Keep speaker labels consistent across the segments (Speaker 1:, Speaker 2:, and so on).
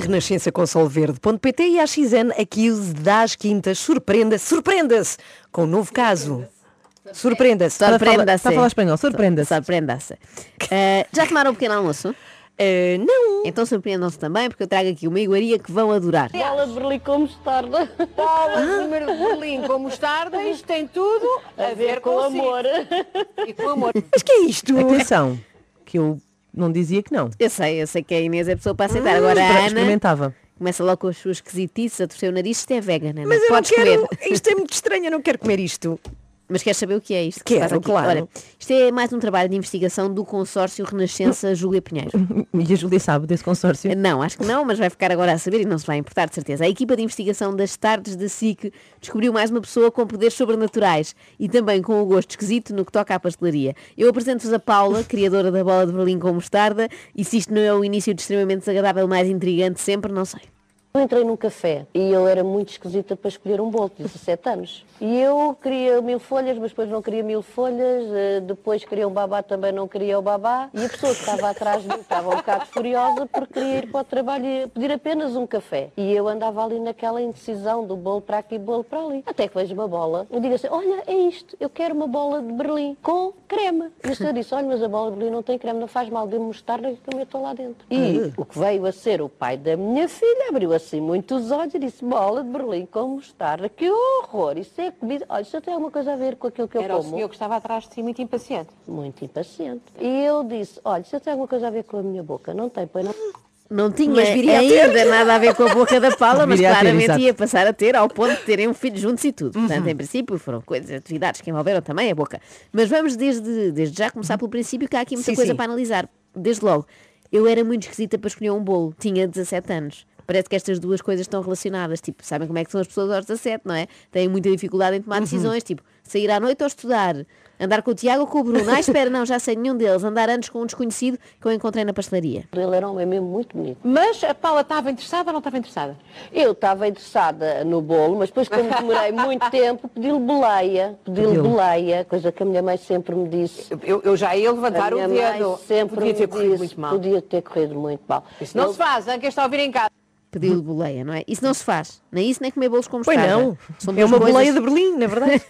Speaker 1: Renascença com Solverde.pt e a XN Accuse das Quintas. Surpreenda, surpreenda-se com um novo caso. Surpreenda-se. Para falar-
Speaker 2: Surpreenda-se.
Speaker 1: Para falar espanhol, surpreenda-se.
Speaker 2: Surpreenda-se. Eh, já tomaram um pequeno almoço?
Speaker 1: Eh, não.
Speaker 2: Então surpreendam-se também, porque eu trago aqui uma iguaria que vão adorar.
Speaker 3: Bola de Berlim com mostarda.
Speaker 4: Bola de Berlim com mostarda,
Speaker 1: Ah.
Speaker 4: isto tem tudo a, ver com,
Speaker 3: Com
Speaker 4: o
Speaker 3: amor.
Speaker 4: sítio E com amor.
Speaker 1: Mas que é isto?
Speaker 5: Atenção, que eu não dizia que não.
Speaker 2: Eu sei, eu sei que a Inês é a pessoa
Speaker 1: Ah,
Speaker 2: para aceitar. Agora
Speaker 5: Espera,
Speaker 2: a Ana
Speaker 5: Experimentava.
Speaker 2: começa logo com as suas esquisitices a torcer o nariz. Isto é vegan, Ana.
Speaker 1: Mas eu não
Speaker 2: Podes
Speaker 1: quero.
Speaker 2: comer.
Speaker 1: Isto é muito estranho, eu não quero comer isto.
Speaker 2: Mas queres saber o que é isto? que se
Speaker 1: Quero,
Speaker 2: passa aqui?
Speaker 1: claro.
Speaker 2: Olha, isto é mais um trabalho de investigação do consórcio Renascença Júlia Pinheiro.
Speaker 5: E a Júlia sabe desse consórcio.
Speaker 2: Eh, Não, acho que não, mas vai ficar agora a saber e não se vai importar, de certeza. A equipa de investigação das tardes da SIC descobriu mais uma pessoa com poderes sobrenaturais e também com o gosto esquisito no que toca à pastelaria. Eu apresento-vos a Paula, criadora da bola de Berlim com mostarda, e se isto não é o início de extremamente desagradável mais intrigante sempre, não sei.
Speaker 3: Eu entrei num café e eu era muito esquisita para escolher um bolo, tinha 17 anos. E eu queria mil folhas, mas depois não queria mil folhas, eh, depois queria um babá, também não queria o babá. E a pessoa que estava atrás de mim estava um bocado furiosa porque queria ir para o trabalho e pedir apenas um café. E eu andava ali naquela indecisão do bolo para aqui e bolo para ali. Até que vejo uma bola e digo assim, olha, é isto, eu quero uma bola de Berlim com creme. E o senhor disse, olha, mas a bola de Berlim não tem creme, não faz mal de mostarda que também estou lá dentro. E o que veio a ser o pai da minha filha abriu assim muito os olhos e disse, bola de Berlim com mostarda, que horror, isso é comida. Olha, isso tem alguma coisa a ver com aquilo que eu
Speaker 4: Era o
Speaker 3: como
Speaker 4: senhor que estava atrás de si, muito impaciente.
Speaker 3: muito impaciente. E eu disse, olha, se eu tenho alguma coisa a ver com a minha boca, não tem, pois não.
Speaker 2: Não tinha
Speaker 1: Mas viria a ter.
Speaker 2: ainda nada a ver com a boca da Paula, mas
Speaker 5: Viria a ter,
Speaker 2: claramente
Speaker 5: exato.
Speaker 2: ia passar a ter ao ponto de terem um filho juntos e tudo.
Speaker 1: Uhum.
Speaker 2: Portanto, em princípio, foram coisas, atividades que envolveram também a boca. Mas vamos desde, desde já começar pelo princípio, que há aqui muita
Speaker 1: Sim,
Speaker 2: coisa
Speaker 1: sim.
Speaker 2: para analisar. Desde logo, eu era muito esquisita para escolher um bolo. Tinha 17 anos. Parece que estas duas coisas estão relacionadas. Tipo, sabem como é que são as pessoas aos 17, não é? Têm muita dificuldade em tomar
Speaker 1: Uhum.
Speaker 2: decisões. Tipo, sair à noite ou estudar. Andar com o Tiago ou com o Bruno. Ah, espera, não, já sei nenhum deles. Andar antes com um desconhecido que eu encontrei na pastelaria.
Speaker 3: Ele era um homem mesmo muito bonito.
Speaker 4: Mas a Paula estava interessada ou não estava interessada?
Speaker 3: Eu estava interessada no bolo, mas depois, como demorei muito tempo, pedi-lhe boleia. Pedi-lhe boleia, coisa que a minha mãe sempre me disse.
Speaker 4: Eu, eu já ia levantar
Speaker 3: a
Speaker 4: o
Speaker 3: minha
Speaker 4: dedo.
Speaker 3: mãe sempre
Speaker 4: Podia ter
Speaker 3: me
Speaker 4: corrido
Speaker 3: disse,
Speaker 4: muito mal.
Speaker 3: Podia ter corrido muito mal.
Speaker 4: Isso não
Speaker 3: Eu-
Speaker 4: se faz, é hein, quem está a ouvir em casa.
Speaker 2: pediu-lhe boleia, não é? Isso não se faz. Nem isso, nem comer bolos com
Speaker 1: Pois
Speaker 2: mostarda.
Speaker 1: não.
Speaker 2: São
Speaker 1: É
Speaker 2: duas,
Speaker 1: uma
Speaker 2: coisas,
Speaker 1: boleia de Berlim, na verdade.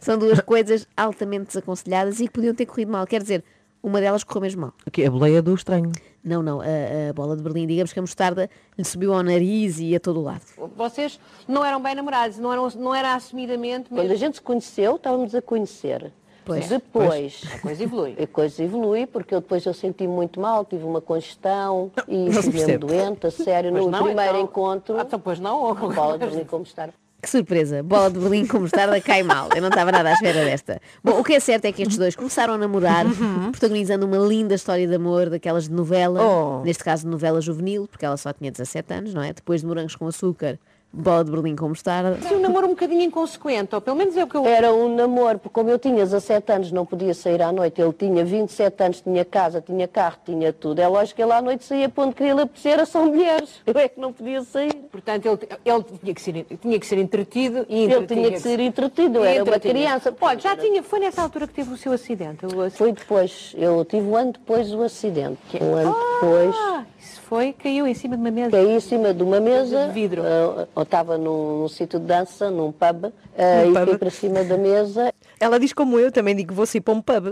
Speaker 2: são duas coisas altamente desaconselhadas e que podiam ter corrido mal. Quer dizer, uma delas correu mesmo mal.
Speaker 5: Que é a boleia do estranho.
Speaker 2: Não, não. A, a bola de Berlim, digamos que a mostarda lhe subiu ao nariz e a todo o lado.
Speaker 4: Vocês não eram bem namorados, não, eram, não era assumidamente, mas
Speaker 3: Quando a gente se conheceu, estávamos a conhecer.
Speaker 2: Pois.
Speaker 3: Depois,
Speaker 4: a coisa evolui.
Speaker 3: A coisa evolui, porque eu depois eu senti muito mal, tive uma congestão e
Speaker 5: não se
Speaker 3: fiquei
Speaker 5: percebe.
Speaker 3: doente, a sério,
Speaker 4: Mas
Speaker 3: no
Speaker 4: não,
Speaker 3: primeiro
Speaker 4: então-
Speaker 3: encontro.
Speaker 4: Ah, então, pois não, ou-
Speaker 3: Bola de um Berlim como estar.
Speaker 2: Que surpresa! Bola de Berlim com mostarda cai mal. Eu não estava nada à espera desta. Bom, o que é certo é que estes dois começaram a namorar,
Speaker 1: Uhum.
Speaker 2: protagonizando uma linda história de amor, daquelas de novela,
Speaker 1: Oh.
Speaker 2: neste caso de novela juvenil, porque ela só tinha 17 anos, não é? Depois de morangos com açúcar, bola de Berlim com mostarda.
Speaker 4: Mas um namoro um bocadinho inconsequente, ou pelo menos é o que eu...
Speaker 3: Era um namoro, porque como eu tinha 17 anos, não podia sair à noite. Ele tinha 27 anos, tinha casa, tinha carro, tinha tudo. É lógico que ele à noite saía para onde queria ele apetecer, eram só mulheres. Eu é que não podia sair.
Speaker 4: Portanto, ele, ele tinha, que ser, tinha que ser entretido e
Speaker 3: Ele
Speaker 4: entretinha
Speaker 3: tinha que ser entretido, eu era uma
Speaker 4: entretinha.
Speaker 3: criança.
Speaker 4: Olha, já tinha, foi nessa altura que teve o seu acidente. o ac-
Speaker 3: Foi depois, eu tive um ano depois do acidente. Um ano depois.
Speaker 4: Ah, isso foi, caiu em cima de uma mesa.
Speaker 3: Caí em cima de uma mesa,
Speaker 4: De vidro.
Speaker 3: ah, ou estava num, num sítio de dança, num pub, ah,
Speaker 1: Num
Speaker 3: e
Speaker 1: pub.
Speaker 3: fui para cima da mesa.
Speaker 1: Ela diz como eu, também digo vou sair para um pub.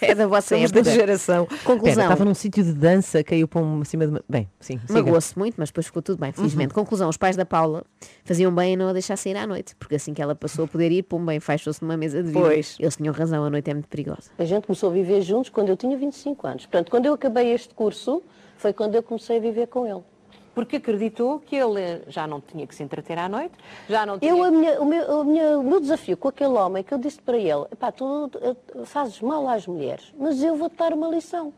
Speaker 2: É da vossa
Speaker 1: Somos da
Speaker 2: época.
Speaker 1: geração.
Speaker 5: Pera,
Speaker 2: Conclusão.
Speaker 5: estava num sítio de dança, caiu para
Speaker 1: um,
Speaker 5: uma cima de uma... Bem, sim. siga.
Speaker 2: Magoou-se muito, mas depois ficou tudo bem, felizmente. Conclusão, os pais da Paula faziam bem em não a deixar sair à noite, porque assim que ela passou a poder ir, pum, bem, fechou-se numa mesa de vidro.
Speaker 1: Pois.
Speaker 2: Eles tinham razão, a noite é muito perigosa.
Speaker 3: A gente começou a viver juntos quando eu tinha 25 anos. Portanto, quando eu acabei este curso, foi quando eu comecei a viver com ele.
Speaker 4: Porque acreditou que ele já não tinha que se entreter à noite, já não tinha
Speaker 3: Eu, a minha- o, meu, a minha- o meu desafio com aquele homem que eu disse para ele, "Epá, tu eh, fazes mal às mulheres, mas eu vou-te dar uma lição.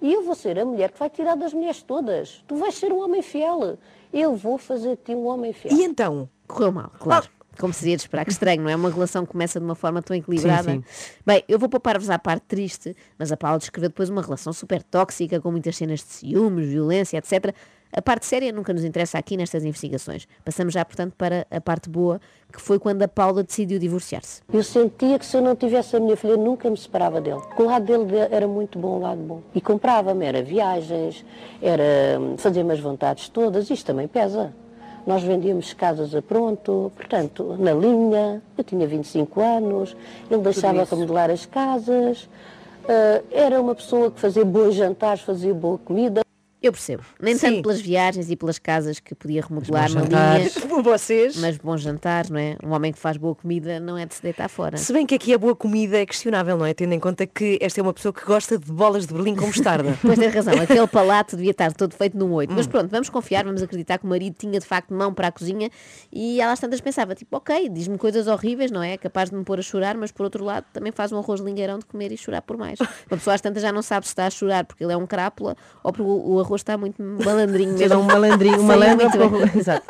Speaker 3: E eu vou ser a mulher que vai tirar das mulheres todas. Tu vais ser um homem fiel. Eu vou fazer de ti um homem fiel.
Speaker 1: E então?
Speaker 2: Correu mal, claro. Como seria de esperar, que estranho, não é? Uma relação que começa de uma forma tão equilibrada.
Speaker 5: Sim,
Speaker 2: Bem, eu vou poupar-vos à parte triste, mas a Paula descreveu depois uma relação super tóxica, com muitas cenas de ciúmes, violência, etc. A parte séria nunca nos interessa aqui nestas investigações. Passamos já, portanto, para a parte boa, que foi quando a Paula decidiu divorciar-se.
Speaker 3: Eu sentia que se eu não tivesse a minha filha, nunca me separava dele. Porque o lado dele de- era muito bom, o lado bom. E comprava-me, era viagens, era hum, fazer-me as vontades todas, isto também pesa. Nós vendíamos casas a pronto, portanto, na linha, eu tinha 25 anos, ele deixava remodelar as casas, ah, era uma pessoa que fazia bons jantares, fazia boa comida.
Speaker 2: Eu percebo. Nem
Speaker 1: Sim.
Speaker 2: tanto pelas viagens e pelas casas que podia remodelar na linha,
Speaker 5: jantares.
Speaker 1: Vocês.
Speaker 2: mas bons jantares, não é? Um homem que faz boa comida não é de se deitar fora.
Speaker 1: Se bem que aqui a boa comida é questionável, não é? Tendo em conta que esta é uma pessoa que gosta de bolas de Berlim com mostarda.
Speaker 2: Pois tens razão, aquele palato devia estar todo feito num oito.
Speaker 5: Hum.
Speaker 2: Mas pronto, vamos confiar, vamos acreditar que o marido tinha de facto mão para a cozinha e ela às tantas pensava, tipo, ok, diz-me coisas horríveis, não é? É Capaz de me pôr a chorar, mas por outro lado também faz um arroz lingueirão de comer e chorar por mais. Uma pessoa às tantas já não sabe se está a chorar porque ele é um crápula ou porque o o arroz está muito malandrinho
Speaker 5: Seja
Speaker 1: é
Speaker 2: mesmo.
Speaker 5: um malandrinho, um
Speaker 2: Sim, é muito
Speaker 5: malandro.
Speaker 2: bem.
Speaker 5: com- Exato.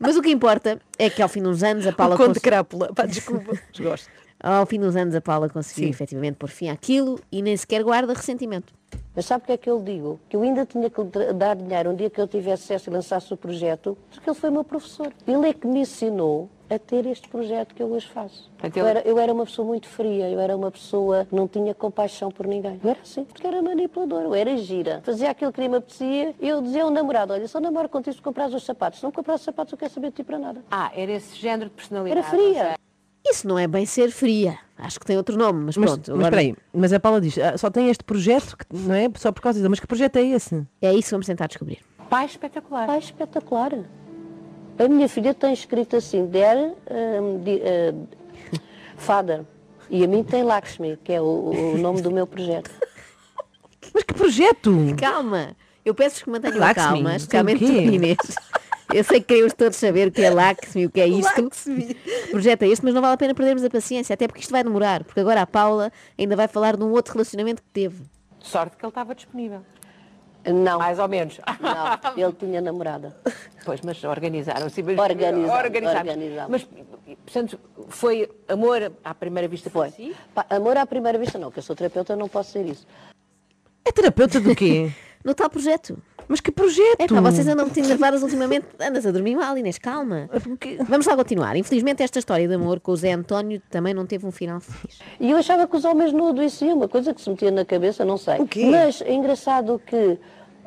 Speaker 2: Mas o que importa é que ao fim de uns anos a Paula
Speaker 1: o conto
Speaker 2: cons-
Speaker 1: crápula. Pá, desculpa. Gosto.
Speaker 2: ao fim de uns anos a Paula conseguiu efetivamente pôr fim àquilo e nem sequer guarda ressentimento.
Speaker 3: Mas sabe o que é que eu lhe digo? Que eu ainda tinha que lhe tra- dar dinheiro um dia que eu tivesse sucesso e lançasse o projeto, porque ele foi meu professor. Ele é que me ensinou a ter este projeto que eu hoje faço.
Speaker 4: Portanto,
Speaker 3: Eu
Speaker 4: ele-
Speaker 3: era, eu era uma pessoa muito fria, eu era uma pessoa que não tinha compaixão por ninguém. Eu era assim, porque era manipulador, eu era gira. Fazia aquilo que lhe me apetecia e eu dizia ao namorado, olha, só namoro contigo se comprares os sapatos. Se não comprares os sapatos, eu quero saber de ti para nada.
Speaker 4: Ah, era esse género de personalidade.
Speaker 3: Era fria.
Speaker 2: Isso não é bem ser fria. Acho que tem outro nome, mas
Speaker 5: Mas,
Speaker 2: pronto.
Speaker 5: mas
Speaker 2: agora-
Speaker 5: peraí, mas a Paula diz, "Ah, só tem este projeto, que- não é? Só por causa dele. Mas que projeto é esse?
Speaker 2: É isso que vamos tentar descobrir.
Speaker 4: Pai espetacular.
Speaker 3: Ah, espetacular. A minha filha tem escrito assim, der hum, di- eh, father. E a mim tem Lakshmi, que é o, o nome do meu projeto.
Speaker 5: Mas que projeto?
Speaker 2: Calma! Eu peço que mantenham a
Speaker 5: Laxmi,
Speaker 2: calma,
Speaker 5: tem
Speaker 2: especialmente
Speaker 5: o quê?
Speaker 2: tu, Inês. Eu sei que queremos todos saber o que é Laxmi, o que é isto. Que projeto é este, mas não vale a pena perdermos a paciência, até porque isto vai demorar, porque agora a Paula ainda vai falar de um outro relacionamento que teve.
Speaker 4: Sorte que ele estava disponível.
Speaker 3: Não,
Speaker 4: Mais ou menos.
Speaker 3: não, ele tinha namorada.
Speaker 4: Pois, mas organizaram-se. mas-
Speaker 3: Organizamos,
Speaker 4: Organizaram.
Speaker 3: organizamos.
Speaker 4: Mas, portanto, foi amor à primeira vista
Speaker 3: Foi.
Speaker 4: para si?
Speaker 3: Pa- amor à primeira vista, não, que eu sou terapeuta, eu não posso ser isso.
Speaker 5: É terapeuta do quê?
Speaker 2: No tal projeto.
Speaker 5: mas que projeto?
Speaker 2: É pá, vocês andam muito enervadas ultimamente. Andas a dormir mal, Inês, calma.
Speaker 5: É Porque-
Speaker 2: Vamos lá continuar. Infelizmente, esta história de amor com o Zé António também não teve um final feliz.
Speaker 3: E eu achava que os homens não adoeciam, uma coisa que se metia na cabeça, não sei.
Speaker 1: O quê?
Speaker 3: Mas é engraçado que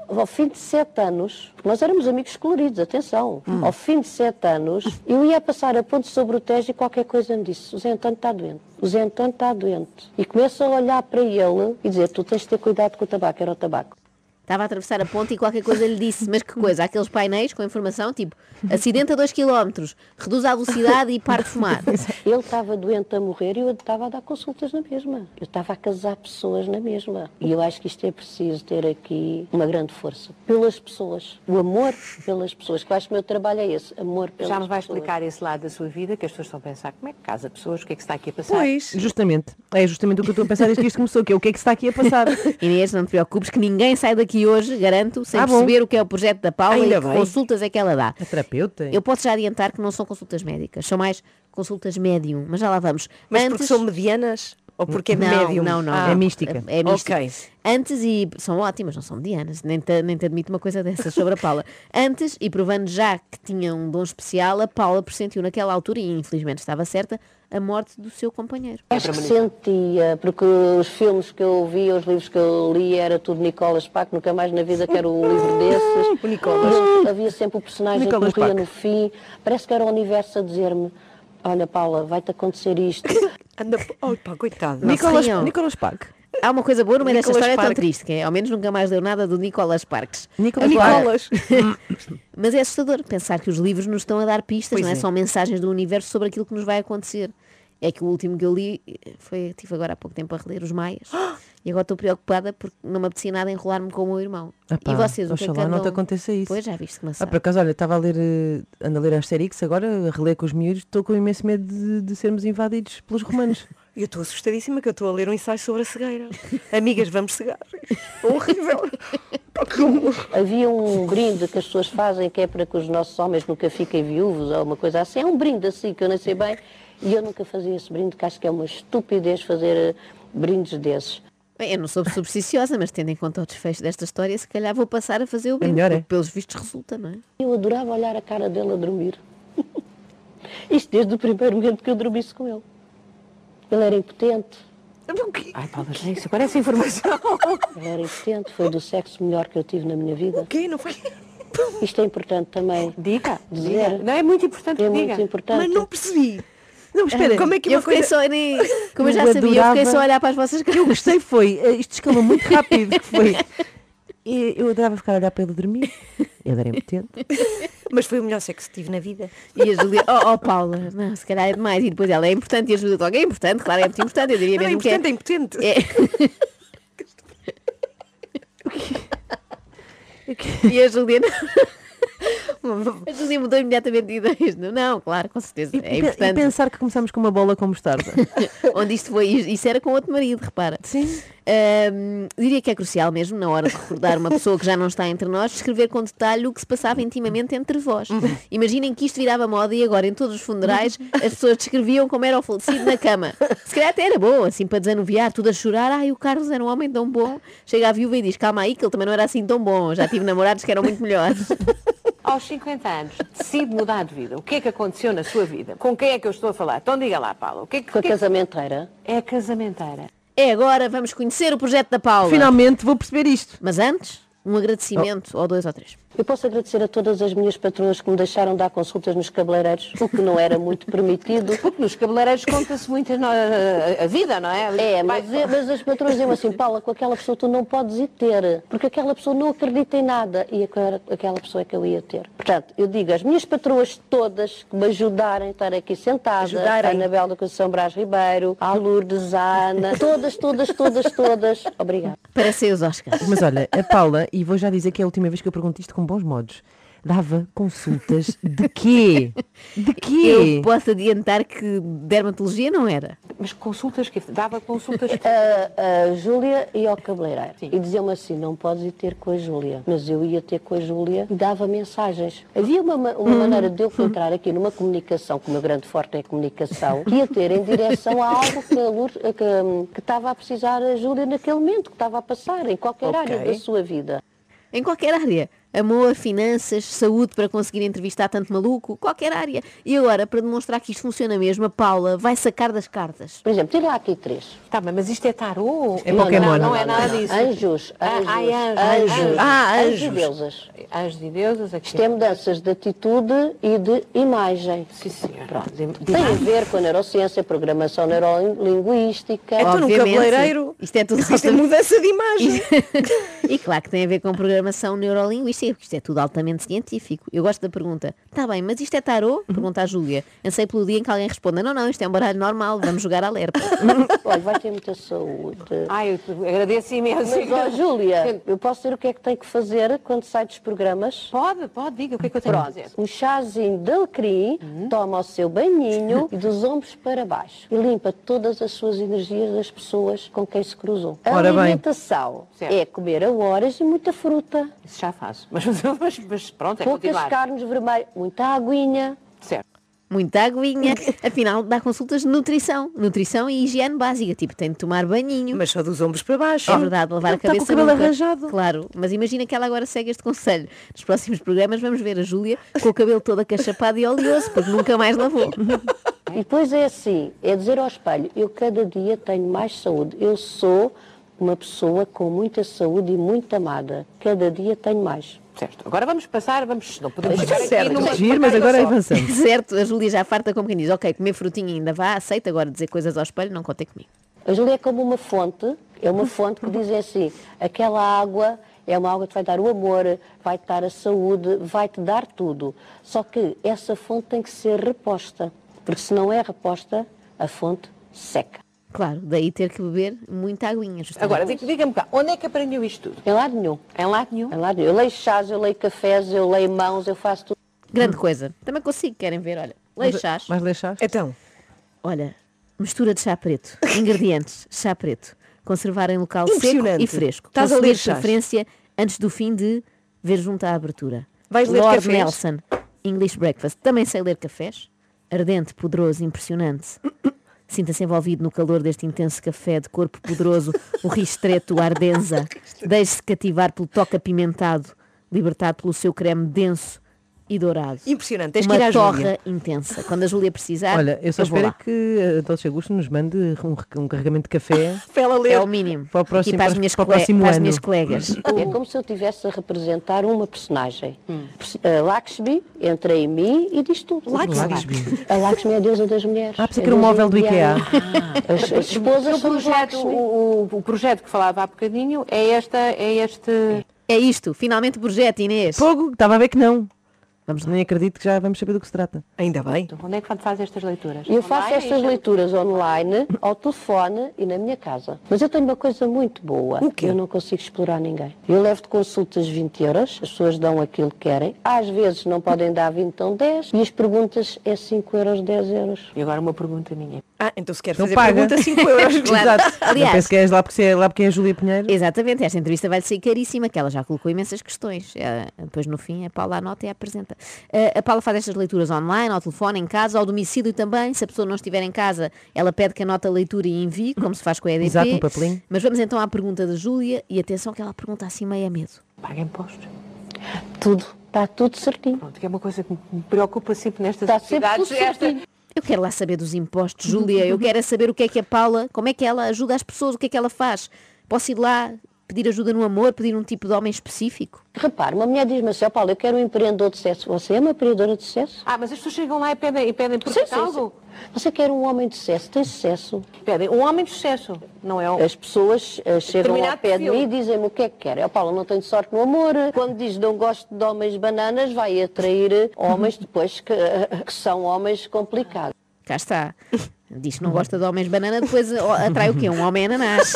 Speaker 3: ao fim de sete anos, nós éramos amigos coloridos, atenção.
Speaker 1: Hum.
Speaker 3: Ao fim de sete anos, eu ia passar a ponte sobre o Tejo e qualquer coisa me disse, o Zé Antônio está doente, o Zé Antônio está doente. E começo a olhar para ele e dizer, tu tens de ter cuidado com o tabaco, era o tabaco.
Speaker 2: Estava a atravessar a ponte e qualquer coisa lhe disse, mas que coisa, aqueles painéis com informação tipo acidente a 2 km, reduz a velocidade e para de fumar.
Speaker 3: Ele estava doente a morrer e eu estava a dar consultas na mesma. Eu estava a casar pessoas na mesma. E eu acho que isto é preciso ter aqui uma grande força. Pelas pessoas. O amor pelas pessoas. Que eu acho que o meu trabalho é esse. Amor pelas
Speaker 4: Já me vai
Speaker 3: pessoas.
Speaker 4: explicar esse lado da sua vida, que as pessoas estão a pensar como é que casa pessoas, o que é que se está aqui a passar.
Speaker 1: Pois.
Speaker 5: Justamente. É justamente o que eu estou a pensar desde que isto começou, que é o que é que se está aqui a passar.
Speaker 2: Inês, não te preocupes que ninguém sai daqui hoje, garanto, sem
Speaker 5: Ah, bom.
Speaker 2: perceber o que é o projeto da Paula
Speaker 1: Ainda
Speaker 2: e que
Speaker 1: bem.
Speaker 2: consultas é que ela dá.
Speaker 5: É terapeuta?
Speaker 2: Eu posso já adiantar que não são consultas médicas, são mais consultas médium, mas já lá vamos.
Speaker 1: Mas
Speaker 2: Antes...
Speaker 1: porque são medianas? Ou porque é
Speaker 2: não,
Speaker 1: médium?
Speaker 2: Não, não,
Speaker 1: Ah,
Speaker 2: não.
Speaker 5: É mística.
Speaker 2: É, é mística.
Speaker 1: Ok.
Speaker 2: Antes e são ótimas, não são medianas, nem te, nem te admito uma coisa dessas sobre a Paula. Antes, e provando já que tinha um dom especial, a Paula pressentiu naquela altura, e infelizmente estava certa, a morte do seu companheiro.
Speaker 3: Acho que sentia, porque os filmes que eu via, os livros que eu li, era tudo Nicolas Paco, nunca mais na vida quero um livro desses.
Speaker 1: O Nicolas.
Speaker 3: Não, havia sempre o personagem
Speaker 5: Nicolas
Speaker 3: que morria
Speaker 5: Paco.
Speaker 3: no fim. Parece que era o universo a dizer-me, olha Paula, vai-te acontecer isto.
Speaker 1: Anda... Oh, pá, coitado.
Speaker 2: Não se
Speaker 5: Nicolas,
Speaker 2: riam.
Speaker 5: Nicolas Pack.
Speaker 2: Há uma coisa boa no meio desta
Speaker 1: Nicolas
Speaker 2: história
Speaker 1: Parks.
Speaker 2: tão triste, que é, ao menos nunca mais leu nada do Nicolas Parks.
Speaker 5: Nicolas
Speaker 1: Nicolas.
Speaker 2: Mas é assustador pensar que os livros nos estão a dar pistas,
Speaker 1: Pois
Speaker 2: não é?
Speaker 1: é.
Speaker 2: São mensagens do universo sobre aquilo que nos vai acontecer. É que o último que eu li eh, foi, tive agora há pouco tempo a reler os Maias. e agora estou preocupada porque não me apetecia nada enrolar-me com o meu irmão.
Speaker 5: Epá,
Speaker 2: e vocês, o que é que
Speaker 5: oxalá não te
Speaker 2: andam-
Speaker 5: aconteça isso.
Speaker 2: Pois já viste que
Speaker 5: Ah,
Speaker 2: maçã.
Speaker 5: por acaso, olha, estava a ler, eh, ando a ler Asterix agora, a reler com os miúdos, estou com imenso medo de, de sermos invadidos pelos romanos.
Speaker 1: Eu estou assustadíssima que eu estou a ler um ensaio sobre a cegueira. Amigas, vamos cegar. Horrível.
Speaker 3: Havia um brinde que as pessoas fazem que é para que os nossos homens nunca fiquem viúvos ou uma coisa assim. É um brinde assim que eu nem sei bem. E eu nunca fazia esse brinde, que acho que é uma estupidez fazer eh, brindes desses.
Speaker 2: Bem, eu não sou supersticiosa, mas tendo em conta o desfecho desta história, se calhar vou passar a fazer o brinde.
Speaker 5: melhor, é?
Speaker 2: porque Pelos vistos resulta, não é?
Speaker 3: Eu adorava olhar a cara dele a dormir. Isto desde o primeiro momento que eu dormisse com ele. Ele era impotente,
Speaker 4: Ai, Paula, já isso parece informação.
Speaker 3: ele era impotente, foi do sexo melhor que eu tive na minha vida.
Speaker 1: Ok, não foi?
Speaker 3: Isto é importante também.
Speaker 4: Diga.
Speaker 3: Dizer.
Speaker 4: diga. Não é muito importante
Speaker 3: É
Speaker 4: que
Speaker 3: muito
Speaker 4: diga.
Speaker 3: importante.
Speaker 1: Mas não percebi.
Speaker 5: Não, mas espera.
Speaker 1: Como é que
Speaker 2: eu
Speaker 1: uma
Speaker 2: fiquei
Speaker 1: coisa...
Speaker 2: só nem. Como eu já
Speaker 5: Eu
Speaker 2: sabia, eu fiquei
Speaker 5: adorava-
Speaker 2: só a olhar para as vossas caras.
Speaker 5: Eu gostei foi, eh, isto escalou muito rápido, que foi. E Eu adorava ficar a olhar para ele dormir. Ele era impotente.
Speaker 1: Mas foi o melhor sexo que tive na vida.
Speaker 2: E a Julia, oh, oh Paula, não, se calhar é demais. E depois ela é importante e a Julia logo é importante, claro, é muito importante. Eu diria
Speaker 1: Não, é
Speaker 2: mesmo que
Speaker 1: impotente, é impotente.
Speaker 2: é. E a Julia não. A Julia mudou imediatamente de ideias. Não, não claro, com certeza.
Speaker 5: E,
Speaker 2: É
Speaker 5: pe- e
Speaker 2: importante.
Speaker 5: pensar que começámos com uma bola com mostarda.
Speaker 2: Onde isto foi, isso era com outro marido, repara.
Speaker 5: Sim.
Speaker 2: Ahm, diria que é crucial mesmo, na hora de recordar uma pessoa que já não está entre nós, escrever com detalhe o que se passava intimamente entre vós. Imaginem que isto virava moda e agora em todos os funerais as pessoas descreviam como era o falecido na cama. Se calhar até era bom, assim, para desanuviar, tudo a chorar. Ai, o Carlos era um homem tão bom. Chega a viúva e diz, calma aí, que ele também não era assim tão bom. Já tive namorados que eram muito melhores.
Speaker 4: Aos 50 anos, decide mudar de vida. O que é que aconteceu na sua vida? Com quem é que eu estou a falar? Então diga lá, Paula. O que é que,
Speaker 3: Com
Speaker 4: o
Speaker 3: a
Speaker 4: que é que-
Speaker 3: casamenteira.
Speaker 4: é a casamenteira?
Speaker 2: É agora, vamos conhecer o projeto da Paula.
Speaker 5: Finalmente vou perceber isto.
Speaker 2: Mas antes, um agradecimento, ou dois ou três.
Speaker 3: Eu posso agradecer a todas as minhas patroas que me deixaram dar consultas nos cabeleireiros, o que não era muito permitido.
Speaker 4: Porque nos cabeleireiros conta-se muito a, no- a- a vida, não é?
Speaker 3: É, mas,
Speaker 4: Vai-
Speaker 3: mas as patroas diziam assim, Paula, com aquela pessoa tu não podes ir ter, porque aquela pessoa não acredita em nada e aquela, aquela pessoa é que eu ia ter. Portanto, eu digo às minhas patroas todas que me ajudarem a estar aqui sentada,
Speaker 1: Ajudarem.
Speaker 3: a Anabel da Conceição Brás Ribeiro, a Lourdes, a Ana, todas, todas, todas, todas. Obrigada.
Speaker 2: Parecem os Oscars.
Speaker 5: Mas olha, a Paula, e vou já dizer que é a última vez que eu pergunto isto com bons modos, dava consultas de quê? De quê?
Speaker 2: Eu posso adiantar que dermatologia não era.
Speaker 4: Mas consultas que dava consultas que
Speaker 3: Ah. A, a Júlia e ao cabeleireiro. E diziam-me assim, não podes ir ter com a Júlia. Mas eu ia ter com a Júlia e dava mensagens. Havia uma, ma- uma maneira de eu entrar aqui numa comunicação, que o meu grande forte é a comunicação, que ia ter em direção a algo que, a Lourdes- que- que estava a precisar a Júlia naquele momento, que estava a passar, em qualquer área da sua vida.
Speaker 2: Em qualquer área. Amor, finanças, saúde para conseguir entrevistar tanto maluco, qualquer área. E agora, para demonstrar que isto funciona mesmo, a Paula vai sacar das cartas.
Speaker 3: Por exemplo, tira lá aqui três.
Speaker 4: Tá, bem, mas isto é tarô?
Speaker 5: É
Speaker 4: Não,
Speaker 5: Pokémon.
Speaker 4: não, é
Speaker 3: não,
Speaker 4: nada
Speaker 3: não.
Speaker 4: disso.
Speaker 3: Anjos,
Speaker 4: Ah,
Speaker 3: anjos,
Speaker 4: ai, anjos,
Speaker 3: anjos,
Speaker 4: anjos.
Speaker 1: Ah,
Speaker 3: anjos e
Speaker 1: anjos.
Speaker 3: deusas.
Speaker 4: Anjos e deuses aqui.
Speaker 3: Isto é mudanças de atitude e de imagem.
Speaker 4: Sim, senhora.
Speaker 3: Pronto.
Speaker 4: De- de-
Speaker 3: Tem a ver com a neurociência, programação neurolinguística.
Speaker 1: É tu num
Speaker 2: Obviamente.
Speaker 1: cabeleireiro.
Speaker 2: Isto é tudo
Speaker 1: Existe mudança de imagem.
Speaker 2: E claro que tem a ver com programação neurolinguística, porque isto é tudo altamente científico. Eu gosto da pergunta, está bem, mas isto é tarô? Pergunta à Júlia. Ansei pelo dia em que alguém responda, não, não, isto é um baralho normal, vamos jogar à lerpa.
Speaker 3: Olha, vai ter muita saúde.
Speaker 4: Ai, eu te agradeço imenso.
Speaker 3: Mas, ó, Júlia, eu posso dizer o que é que tem que fazer quando sai dos programas?
Speaker 4: Pode, pode, diga o que é que eu tenho a dizer.
Speaker 3: Um chazinho de alecrim, toma o seu banhinho e dos ombros para baixo. E limpa todas as suas energias das pessoas com quem se cruzou. A
Speaker 5: Ora bem.
Speaker 3: alimentação
Speaker 4: Certo.
Speaker 3: é comer a horas e muita fruta.
Speaker 4: Isso já faço. Mas, mas, mas pronto, é
Speaker 3: Poucas
Speaker 4: continuar.
Speaker 3: carnes vermelhas, muita aguinha.
Speaker 4: Certo.
Speaker 2: Muita aguinha. Afinal, dá consultas de nutrição. Nutrição e higiene básica. Tipo, tem de tomar banhinho.
Speaker 1: Mas só dos ombros para baixo.
Speaker 2: É verdade, lavar a
Speaker 5: Ele tá com
Speaker 2: cabeça
Speaker 5: o cabelo
Speaker 2: nunca.
Speaker 5: arranjado.
Speaker 2: Claro, mas imagina que ela agora segue este conselho. Nos próximos programas vamos ver a Júlia com o cabelo todo acachapado e oleoso, porque nunca mais lavou.
Speaker 3: E depois é assim, é dizer ao espelho, eu cada dia tenho mais saúde. Eu sou uma pessoa com muita saúde e muito amada. Cada dia tenho mais.
Speaker 4: Certo. Agora vamos passar, vamos. Não podemos
Speaker 1: Está
Speaker 4: ficar aqui
Speaker 1: certo.
Speaker 4: numa
Speaker 5: Giro, mas
Speaker 4: cadeira
Speaker 5: agora é
Speaker 4: só.
Speaker 5: avançamos.
Speaker 2: certo, a Júlia já farta como quem diz, ok, comer frutinha ainda vá, aceita agora dizer coisas ao espelho, não contem comigo.
Speaker 3: A Júlia é como uma fonte, é uma fonte que diz assim, aquela água é uma água que vai dar o amor, vai-te dar a saúde, vai-te dar tudo. Só que essa fonte tem que ser reposta, porque se não é reposta, a fonte seca.
Speaker 2: Claro, daí ter que beber muita aguinha, justamente.
Speaker 4: Agora, diga- diga-me cá, onde é que aprendeu isto tudo?
Speaker 3: Em lado nenhum,
Speaker 4: Em lado nenhum.
Speaker 3: em lado nenhum. Eu leio chás, eu leio cafés, eu leio mãos, eu faço tudo.
Speaker 2: Grande coisa. Também consigo, querem ver, olha. Leixás.
Speaker 5: Mas deixaste?
Speaker 1: Então,
Speaker 2: Olha, mistura de chá preto. Ingredientes: chá preto. Conservar em local seco
Speaker 1: Impressionante.
Speaker 2: e fresco.
Speaker 1: Estás a
Speaker 2: Consumir
Speaker 1: ler
Speaker 2: de
Speaker 1: chás.
Speaker 2: preferência antes do fim de ver junto à abertura.
Speaker 1: Vais ler
Speaker 2: Lord
Speaker 1: cafés?
Speaker 2: Nelson, English Breakfast. Também sei ler cafés. Ardente, poderoso, impressionante. Sinta-se envolvido no calor deste intenso café de corpo poderoso, o ristreto ardenza. Deixe-se cativar pelo toque apimentado, libertado pelo seu creme denso e dourado.
Speaker 1: Impressionante, tens que ir
Speaker 2: Uma
Speaker 1: à Júlia.
Speaker 2: torra intensa. Quando a Júlia precisar,
Speaker 5: Olha, eu só
Speaker 2: vou
Speaker 5: espero
Speaker 2: lá.
Speaker 5: é que a Dolce Gusto nos mande um, rec- um carregamento de café.
Speaker 1: Para ela ler.
Speaker 2: É o mínimo.
Speaker 5: Para o próximo-
Speaker 2: e para as
Speaker 5: para-
Speaker 2: minhas,
Speaker 5: para o
Speaker 2: cole-
Speaker 5: próximo
Speaker 2: para as
Speaker 5: ano.
Speaker 2: minhas colegas.
Speaker 3: É como se eu estivesse a representar uma personagem.
Speaker 5: Hum.
Speaker 3: Pers- A Lakshmi entra em mim e diz tudo.
Speaker 5: Lakshmi.
Speaker 3: A Lakshmi é a deusa das mulheres.
Speaker 5: Ah,
Speaker 3: É
Speaker 5: pensei que era um
Speaker 3: deusa
Speaker 5: móvel do
Speaker 3: indiana.
Speaker 5: IKEA.
Speaker 3: As, as esposas
Speaker 4: O
Speaker 3: são os
Speaker 4: projeto,
Speaker 3: Lakshmi.
Speaker 4: o, o- o projeto que falava há bocadinho é, esta, é este.
Speaker 2: É isto, finalmente o projeto, Inês.
Speaker 5: Fogo, estava a ver que não. Vamos, nem acredito que já vamos saber do que se trata.
Speaker 1: Ainda bem.
Speaker 4: Onde é que faz estas leituras?
Speaker 3: Eu faço
Speaker 4: Online?
Speaker 3: estas leituras online, ao telefone e na minha casa. Mas eu tenho uma coisa muito boa.
Speaker 1: O quê?
Speaker 3: Eu não consigo explorar ninguém. Eu levo de consultas 20 euros, as pessoas dão aquilo que querem. Às vezes não podem dar 20, dão 10. E as perguntas é 5 euros, 10 euros.
Speaker 4: E agora uma pergunta minha.
Speaker 1: Ah, então se quer
Speaker 5: Não
Speaker 1: fazer
Speaker 5: paga.
Speaker 1: pergunta, 5 euros.
Speaker 5: Exato.
Speaker 2: Aliás-
Speaker 5: não penso que és lá porque, é, lá porque é a Júlia Pinheiro.
Speaker 2: Exatamente, esta entrevista vai ser caríssima, que ela já colocou imensas questões. Eh, Depois, no fim, a Paula anota e a apresenta. Eh, A Paula faz estas leituras online, ao telefone, em casa, ao domicílio também. Se a pessoa não estiver em casa, ela pede que anote a leitura e envie, como se faz com a EDP.
Speaker 5: Exato, um papelinho.
Speaker 2: Mas vamos então à pergunta da Júlia, e atenção que ela pergunta assim meio a medo.
Speaker 4: Paga impostos.
Speaker 3: Tudo. Está tudo certinho.
Speaker 4: Pronto, que é uma coisa que me preocupa sempre nestas
Speaker 3: Está sempre tudo
Speaker 4: sociedades. esta-
Speaker 3: certinho.
Speaker 2: Eu quero lá saber dos impostos, Júlia. Eu quero é saber o que é que a Paula, como é que ela ajuda as pessoas, o que é que ela faz. Posso ir lá pedir ajuda no amor, pedir um tipo de homem específico?
Speaker 3: Repare, uma mulher diz-me assim, ó Paulo, eu quero um empreendedor de sucesso. Você é uma empreendedora de sucesso?
Speaker 4: Ah, mas as pessoas chegam lá e pedem, e pedem por
Speaker 3: Sim, sim, sim.
Speaker 4: algo.
Speaker 3: Você quer um homem de sucesso? Tem sucesso?
Speaker 4: Pedem um homem de sucesso, não é um.
Speaker 3: As pessoas eh, chegam ao
Speaker 4: Determinado
Speaker 3: pé de
Speaker 4: perfil.
Speaker 3: mim e dizem-me o que é que querem. Eu, Paulo, não tenho sorte no amor. Quando diz não gosto de homens bananas, vai atrair eh, homens depois que, eh, que são homens complicados.
Speaker 2: Cá está. Diz que não gosta de homens banana, depois ó, atrai o quê? Um homem ananás.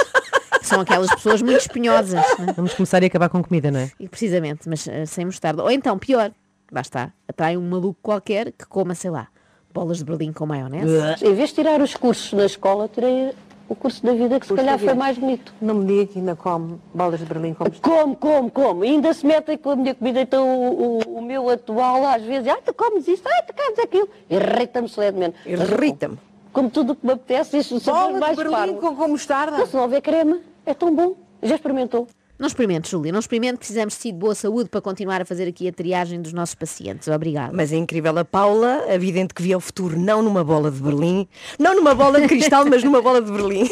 Speaker 2: São aquelas pessoas muito espinhosas. né?
Speaker 5: Vamos começar e acabar com comida, não é?
Speaker 2: E precisamente, mas eh, sem mostarda. Ou então, pior, lá está, atrai um maluco qualquer que coma, sei lá, bolas de berlim com maionese.
Speaker 3: Em vez de tirar os cursos na escola, tirei o curso da vida, que se
Speaker 4: Curso
Speaker 3: calhar
Speaker 4: da vida.
Speaker 3: foi mais bonito.
Speaker 4: Não me diga que ainda come bolas de Berlim como
Speaker 3: Como, como, como? Ainda se metem com a minha comida, então o, o- o meu atual às vezes, ah, tu comes isto, ah, tu comes aquilo. Irrita-me solenemente. Mas eu
Speaker 1: Irrita-me.
Speaker 3: Como tudo o que me apetece, isto são os mais parvo.
Speaker 4: com, com mostarda.
Speaker 3: Não, se não houver creme, é tão bom. Já experimentou?
Speaker 2: Não experimente, Júlia, não experimente. Precisamos de si de boa saúde para continuar a fazer aqui a triagem dos nossos pacientes. Obrigada.
Speaker 1: Mas é incrível. A Paula, a vidente que via o futuro, não numa bola de Berlim, não numa bola de cristal, mas numa bola de Berlim.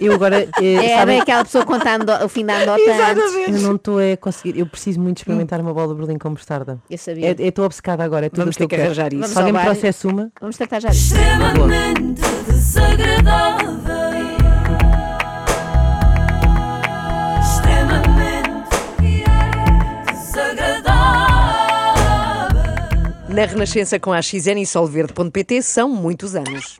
Speaker 5: Eu agora, eh,
Speaker 2: É,
Speaker 5: sabem,
Speaker 2: bem aquela pessoa contando o fim da anedota antes.
Speaker 1: Exatamente.
Speaker 5: eu não estou a conseguir. Eu preciso muito experimentar uma bola de Berlim com mostarda.
Speaker 2: Eu sabia.
Speaker 5: É- Eu estou obcedada agora. É tudo
Speaker 1: Vamos
Speaker 5: o
Speaker 1: ter
Speaker 5: que eu
Speaker 1: que
Speaker 5: quero.
Speaker 1: arranjar isso.
Speaker 2: Vamos
Speaker 5: Se alguém me
Speaker 2: ao baile.
Speaker 5: trouxesse uma,
Speaker 2: Vamos tratar já disso.
Speaker 6: extremamente desagradável. Extremamente desagradável.
Speaker 1: Na Renascença com a XN e Solverde.pt são muitos anos.